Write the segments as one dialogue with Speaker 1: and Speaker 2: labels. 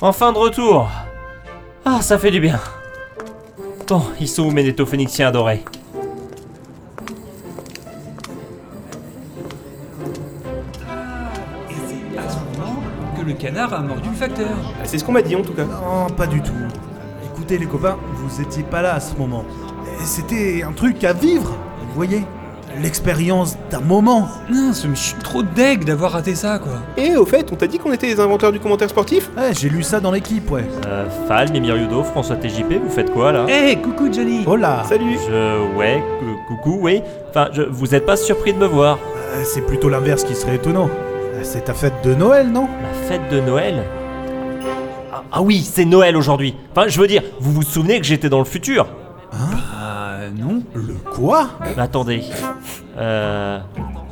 Speaker 1: Enfin de retour Ah, ça fait du bien Bon, ils sont où mes netto phénixiens adorés
Speaker 2: Et c'est à ce moment que le canard a mordu le facteur.
Speaker 3: Ah, C'est ce qu'on m'a dit en tout cas.
Speaker 4: Non, pas du tout. Écoutez les copains, vous étiez pas là à ce moment. Et C'était un truc à vivre, vous voyez L'expérience d'un moment.
Speaker 2: Non, je me suis trop deg d'avoir raté ça, quoi.
Speaker 3: Et au fait, on t'a dit qu'on était les inventeurs du commentaire sportif
Speaker 4: Ouais, Eh, j'ai lu ça dans l'équipe, ouais.
Speaker 1: Euh, Fal, Mimir Yudo, François TJP, vous faites quoi là
Speaker 2: Eh, coucou Johnny
Speaker 4: Oh là
Speaker 3: Salut
Speaker 1: Je... ouais, cou- coucou, oui. Enfin, je... vous êtes pas surpris de me voir
Speaker 4: Euh, C'est plutôt l'inverse qui serait étonnant. Euh, C'est ta fête de Noël, non
Speaker 1: La fête de Noël ah, ah oui, c'est Noël aujourd'hui Enfin, je veux dire, vous vous souvenez que j'étais dans le futur
Speaker 2: Ah non.
Speaker 4: Le quoi
Speaker 1: Mais attendez. Euh...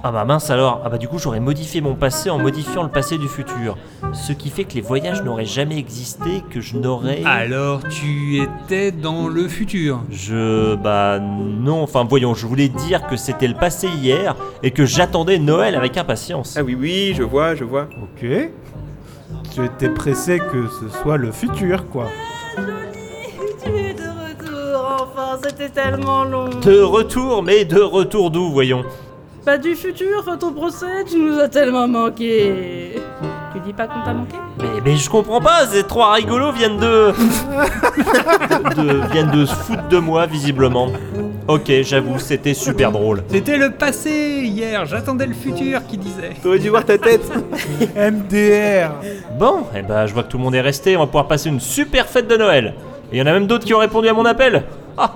Speaker 1: Ah bah mince alors. Ah bah du coup j'aurais modifié mon passé en modifiant le passé du futur. Ce qui fait que les voyages n'auraient jamais existé, que je n'aurais...
Speaker 5: Ah
Speaker 2: Alors tu étais dans le futur.
Speaker 1: Je... Bah non, enfin voyons, je voulais dire que c'était le passé hier et que j'attendais Noël avec impatience.
Speaker 3: Ah oui, oui, je vois, je vois.
Speaker 4: Ok. Tu étais pressé que ce soit le futur, quoi.
Speaker 6: Tu es de retour, enfin, c'était tellement long.
Speaker 1: De retour, mais de retour d'où, voyons
Speaker 6: Pas du futur, enfin, ton procès, tu nous as tellement manqué. Tu dis pas qu'on t'a manqué
Speaker 1: mais, mais je comprends pas, ces trois rigolos viennent de... de- viennent de se foutre de moi, visiblement. Ok, j'avoue, c'était super drôle.
Speaker 2: C'était le passé hier, j'attendais le futur qui disait.
Speaker 3: T'aurais dû voir ta tête
Speaker 4: MDR
Speaker 1: Bon, eh ben je vois que tout le monde est resté, on va pouvoir passer une super fête de Noël. Et il y en a même d'autres qui ont répondu à mon appel. Ah,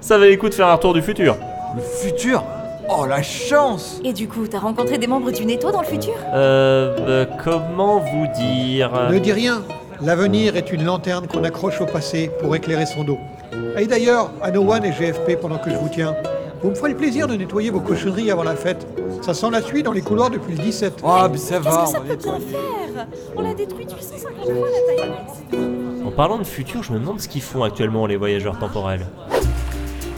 Speaker 1: ça valait le coup de faire un retour du futur.
Speaker 7: Le futur Oh la chance
Speaker 8: Et du coup, t'as rencontré des membres du Netto dans le futur
Speaker 1: Euh, euh, comment vous dire euh,
Speaker 9: Ne dis rien. L'avenir est une lanterne qu'on accroche au passé pour éclairer son dos. Et d'ailleurs, à No One et GFP, pendant que je vous tiens, vous me ferez le plaisir de nettoyer vos cochonneries avant la fête. Ça sent la suie dans les couloirs depuis le 17.
Speaker 7: Oh mais ça
Speaker 8: Qu'est-ce
Speaker 7: va
Speaker 8: que ça
Speaker 7: on
Speaker 8: peut
Speaker 7: est
Speaker 8: bien
Speaker 7: pas-
Speaker 8: faire On l'a détruite 850 fois la taille.
Speaker 1: En parlant de futur, je me demande ce qu'ils font actuellement les voyageurs temporels.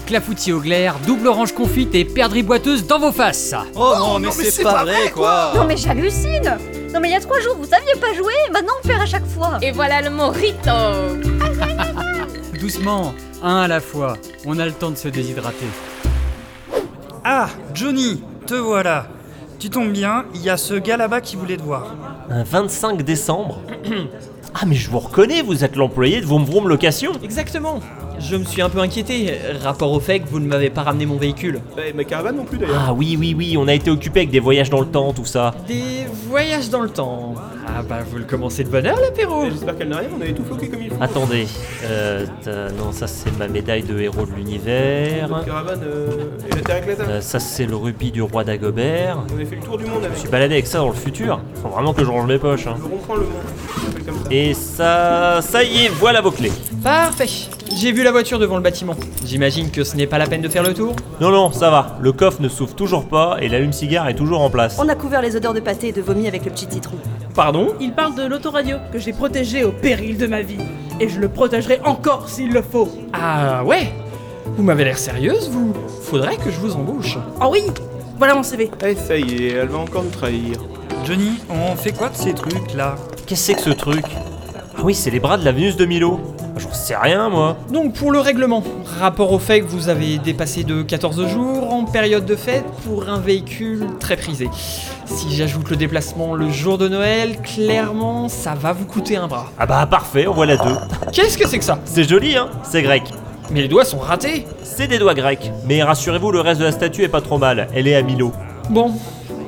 Speaker 10: Clafoutis au glaire, double orange confite et perdrix boiteuse dans vos faces.
Speaker 7: Oh non, mais, c'est pas, vrai quoi
Speaker 11: Non mais j'hallucine Non mais il y a trois jours vous saviez pas jouer, maintenant on perd à chaque fois
Speaker 6: Et voilà le morito
Speaker 10: Doucement, un à la fois, on a le temps de se déshydrater.
Speaker 5: Ah, Johnny, te voilà. Tu tombes bien, il y a ce gars là-bas qui voulait te voir.
Speaker 1: Un 25 décembre Ah mais je vous reconnais, vous êtes l'employé de Vroom Vroom Location
Speaker 5: Exactement. Je me suis un peu inquiété, rapport au fait que vous ne m'avez pas ramené mon véhicule.
Speaker 3: Bah, ma caravane non plus d'ailleurs.
Speaker 1: Ah oui oui oui, on a été occupé avec des voyages dans le temps, tout ça.
Speaker 5: Des voyages dans le temps. Ah bah vous le commencez de bonne heure l'apéro.
Speaker 3: Mais J'espère qu'elle n'a rien, on avait tout floqué comme il faut.
Speaker 1: Attendez, euh, t'as- non ça c'est ma médaille de héros de l'univers.
Speaker 3: Notre caravane euh, et la terre éclata.
Speaker 1: Euh, ça c'est le rubis du roi d'Agobert.
Speaker 3: On avait fait le tour du monde avec.
Speaker 1: Je suis baladé avec ça dans le futur. Faut vraiment que je range mes poches. hein.
Speaker 3: Je comprends le monde. Ça s'appelle comme ça.
Speaker 1: Et ça, ça y est, voilà vos clés.
Speaker 5: Parfait. J'ai vu la voiture devant le bâtiment. J'imagine que ce n'est pas la peine de faire le tour.
Speaker 1: Non non, ça va. Le coffre ne s'ouvre toujours pas et l'allume-cigare est toujours en place.
Speaker 8: On a couvert les odeurs de pâté et de vomi avec le petit citron.
Speaker 5: Pardon
Speaker 6: Il parle de l'autoradio que j'ai protégé au péril de ma vie. Et je le protégerai encore s'il le faut.
Speaker 5: Ah ouais Vous m'avez l'air sérieuse, vous Faudrait que je vous embauche.
Speaker 6: Oh oui Voilà mon CV.
Speaker 3: Eh, ça y est, elle va encore nous trahir.
Speaker 5: Johnny, on fait quoi de ces trucs là
Speaker 1: Qu'est-ce que c'est que ce truc Ah oui, c'est les bras de la Vénus de Milo. Ah, J'en sais rien moi.
Speaker 5: Donc pour le règlement, rapport au fait que vous avez dépassé de 14 jours en période de fête pour un véhicule très prisé. Si j'ajoute le déplacement le jour de Noël, clairement ça va vous coûter un bras.
Speaker 1: Ah bah parfait, on voit la deux.
Speaker 5: Qu'est-ce que c'est que ça
Speaker 1: C'est joli hein, c'est grec.
Speaker 5: Mes doigts sont ratés
Speaker 1: C'est des doigts grecs. Mais rassurez-vous, le reste de la statue est pas trop mal. Elle est à Milo.
Speaker 5: Bon,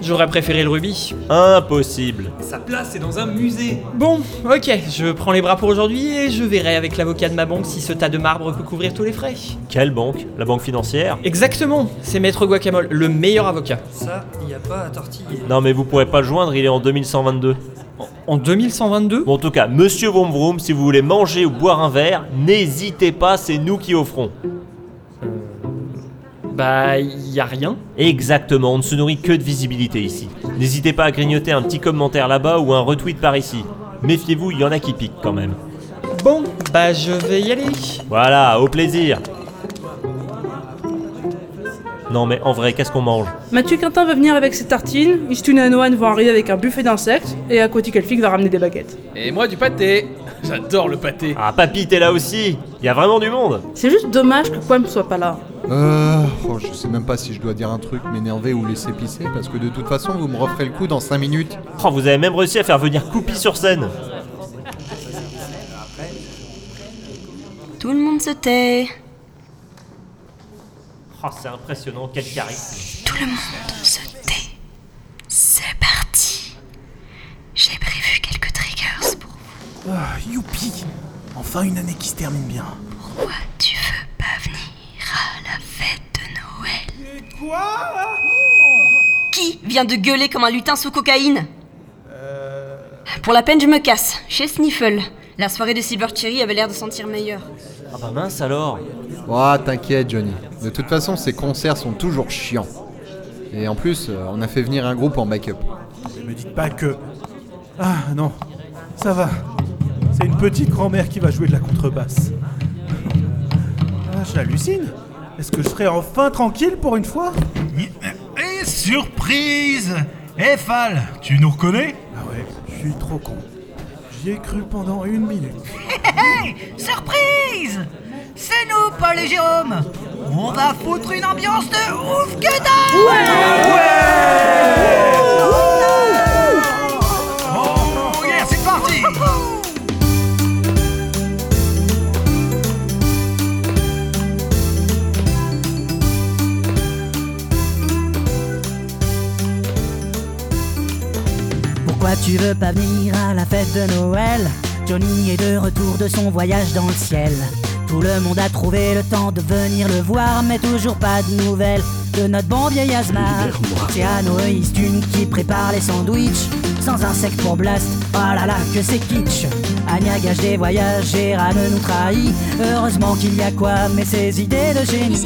Speaker 5: j'aurais préféré le rubis.
Speaker 1: Impossible.
Speaker 2: Sa place est dans un musée.
Speaker 5: Bon, ok, je prends les bras pour aujourd'hui et je verrai avec l'avocat de ma banque si ce tas de marbre peut couvrir tous les frais.
Speaker 1: Quelle banque La banque financière
Speaker 5: Exactement, c'est Maître Guacamole, le meilleur avocat.
Speaker 10: Ça, y a pas à tortiller.
Speaker 1: Non mais vous pourrez pas le joindre, il est en 2122.
Speaker 5: En 2122
Speaker 1: Bon, en tout cas, monsieur Vroom Vroom, si vous voulez manger ou boire un verre, n'hésitez pas, c'est nous qui offrons.
Speaker 5: Bah, y a rien.
Speaker 1: Exactement, on ne se nourrit que de visibilité ici. N'hésitez pas à grignoter un petit commentaire là-bas ou un retweet par ici. Méfiez-vous, il y en a qui piquent quand même.
Speaker 5: Bon, bah je vais y aller.
Speaker 1: Voilà, au plaisir. Non mais en vrai, qu'est-ce qu'on mange
Speaker 6: Mathieu Quintin va venir avec ses tartines, Istune et Anoan vont arriver avec un buffet d'insectes, et Aquatic Elfic va ramener des baguettes.
Speaker 7: Et moi du pâté
Speaker 1: J'adore le pâté. Ah, papy, t'es là aussi. Il y a vraiment du monde.
Speaker 6: C'est juste dommage que Quam soit pas là.
Speaker 12: Euh, oh, je sais même pas si je dois dire un truc, m'énerver ou laisser pisser, parce que de toute façon, vous me referez le coup dans 5 minutes.
Speaker 1: Oh, vous avez même réussi à faire venir Coupi sur scène.
Speaker 13: Tout le monde se tait.
Speaker 1: Oh, c'est impressionnant, quel charisme.
Speaker 13: Tout le monde se tait. C'est parti. J'ai prévu quelques triggers pour
Speaker 4: Ah, youpi Enfin une année qui se termine bien.
Speaker 13: quoi tu veux pas venir à la fête de Noël. quoi Qui vient de gueuler comme un lutin sous cocaïne Pour la peine, je me casse. Chez Sniffle. La soirée de Silver Cherry avait l'air de sentir meilleur.
Speaker 1: Ah bah mince alors
Speaker 12: Oh, t'inquiète, Johnny. De toute façon, ces concerts sont toujours chiants. Et en plus, euh, on a fait venir un groupe en backup.
Speaker 4: Ne me dites pas que. Ah non, ça va. C'est une petite grand-mère qui va jouer de la contrebasse. Ah, j'hallucine. Est-ce que je serai enfin tranquille pour une fois
Speaker 14: Et surprise Eh Fal, tu nous reconnais
Speaker 4: Ah ouais, je suis trop con. J'y ai cru pendant une minute.
Speaker 15: Surprise C'est nous, Paul et Jérôme On va foutre une ambiance de ouf que dalle Oh yeah, c'est parti
Speaker 16: Pourquoi tu veux pas venir à la fête de Noël Johnny est de retour de son voyage dans le ciel. Tout le monde a trouvé le temps de venir le voir, mais toujours pas de nouvelles de notre bon vieil Asmar. C'est Hanoï Stune qui prépare les sandwichs, sans insectes pour blast. Oh là là, que c'est kitsch! Anya gage des voyages, Gérard nous trahit. Heureusement qu'il y a quoi, mais ses idées de génie.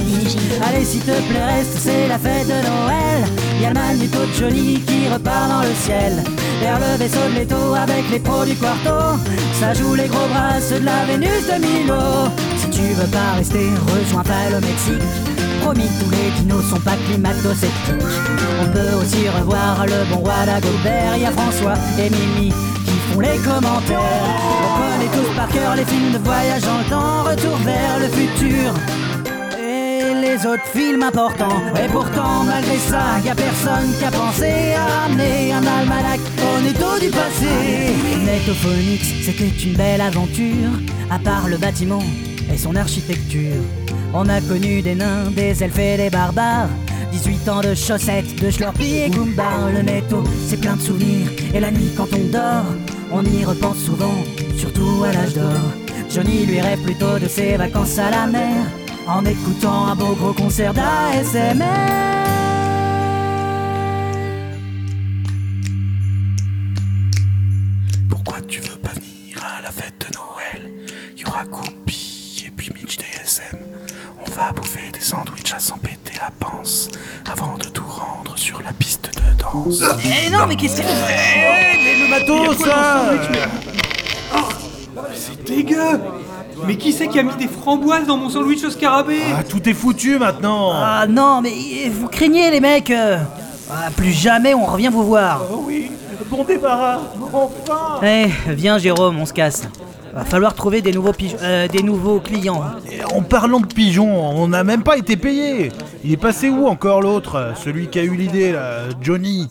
Speaker 16: Allez, s'il te plaît, reste, c'est la fête de Noël. Y'a le magnéto de Johnny qui repart dans le ciel. Vers le vaisseau de l'étau avec les pros du quarto. Ça joue les gros bras, ceux de la Vénus de Milo. Si tu veux pas rester, rejoins pas le Mexique. Promis, tous les dinos sont pas climato-sceptiques. On peut aussi revoir le bon roi d'Agobert. Y'a François et Mimi qui font les commentaires. On connaît tous par cœur les films de voyage en temps. Retour vers le futur. Et les autres films importants. Et pourtant, malgré ça, y a personne qui a pensé à ramener un almanach au netto du passé. Netophonix, c'était une belle aventure. À part le bâtiment et son architecture. On a connu des nains, des elfes et des barbares. 18 ans de chaussettes, de schlurpy et Goomba. Le netto, c'est plein de souvenirs. Et la nuit, quand on dort, on y repense souvent, surtout à l'âge d'or. Johnny lui rêve plutôt de ses vacances à la mer, en écoutant un beau gros concert d'ASMR.
Speaker 14: Pourquoi tu veux pas venir à la fête de Noël Il y aura Goupy et puis Mitch DSM. On va bouffer des sandwichs à s'en péter la panse avant de tout rendre sur la piste de danse.
Speaker 15: Eh non, mais qu'est-ce que...
Speaker 4: mais le matos, ça
Speaker 5: C'est dégueu Mais qui c'est qui a mis des framboises dans mon sandwich au scarabée
Speaker 4: Ah, tout est foutu maintenant
Speaker 16: Ah non, mais euh, vous craignez les mecs euh. Ah, Plus jamais on revient vous voir.
Speaker 4: Oh oui, bon débarras, enfin
Speaker 16: Eh, viens Jérôme, on se casse. Va falloir trouver des nouveaux, pige- euh, des nouveaux clients.
Speaker 4: En parlant de pigeons, on n'a même pas été payé. Il est passé où encore l'autre euh, Celui qui a eu l'idée, là, euh, Johnny.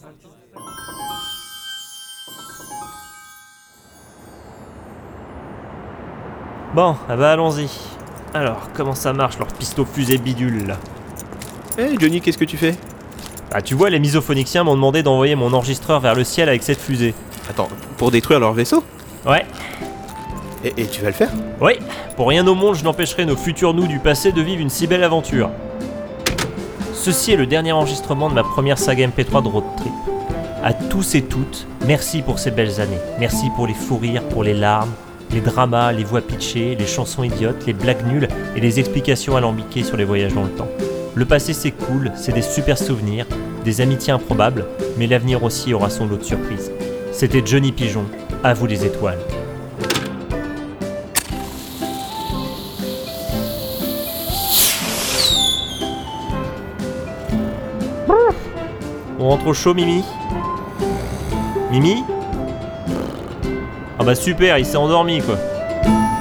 Speaker 1: Bon, ah bah allons-y. Alors, comment ça marche leur pistolet fusée bidule là
Speaker 3: Hé Eh, Johnny, qu'est-ce que tu fais
Speaker 1: Ah, tu vois, les misophoniciens m'ont demandé d'envoyer mon enregistreur vers le ciel avec cette fusée.
Speaker 3: Attends, pour détruire leur vaisseau
Speaker 1: Ouais.
Speaker 3: Et, et tu vas le faire
Speaker 1: Oui, pour rien au monde, je n'empêcherai nos futurs nous du passé de vivre une si belle aventure. Ceci est le dernier enregistrement de ma première saga MP3 de road trip. À tous et toutes, merci pour ces belles années. Merci pour les fous rires, pour les larmes, les dramas, les voix pitchées, les chansons idiotes, les blagues nulles et les explications alambiquées sur les voyages dans le temps. Le passé c'est cool, c'est des super souvenirs, des amitiés improbables, mais l'avenir aussi aura son lot de surprises. C'était Johnny Pigeon, à vous les étoiles. On rentre au show, Mimi Mimi Ah bah super, il s'est endormi quoi.
Speaker 17: Noël.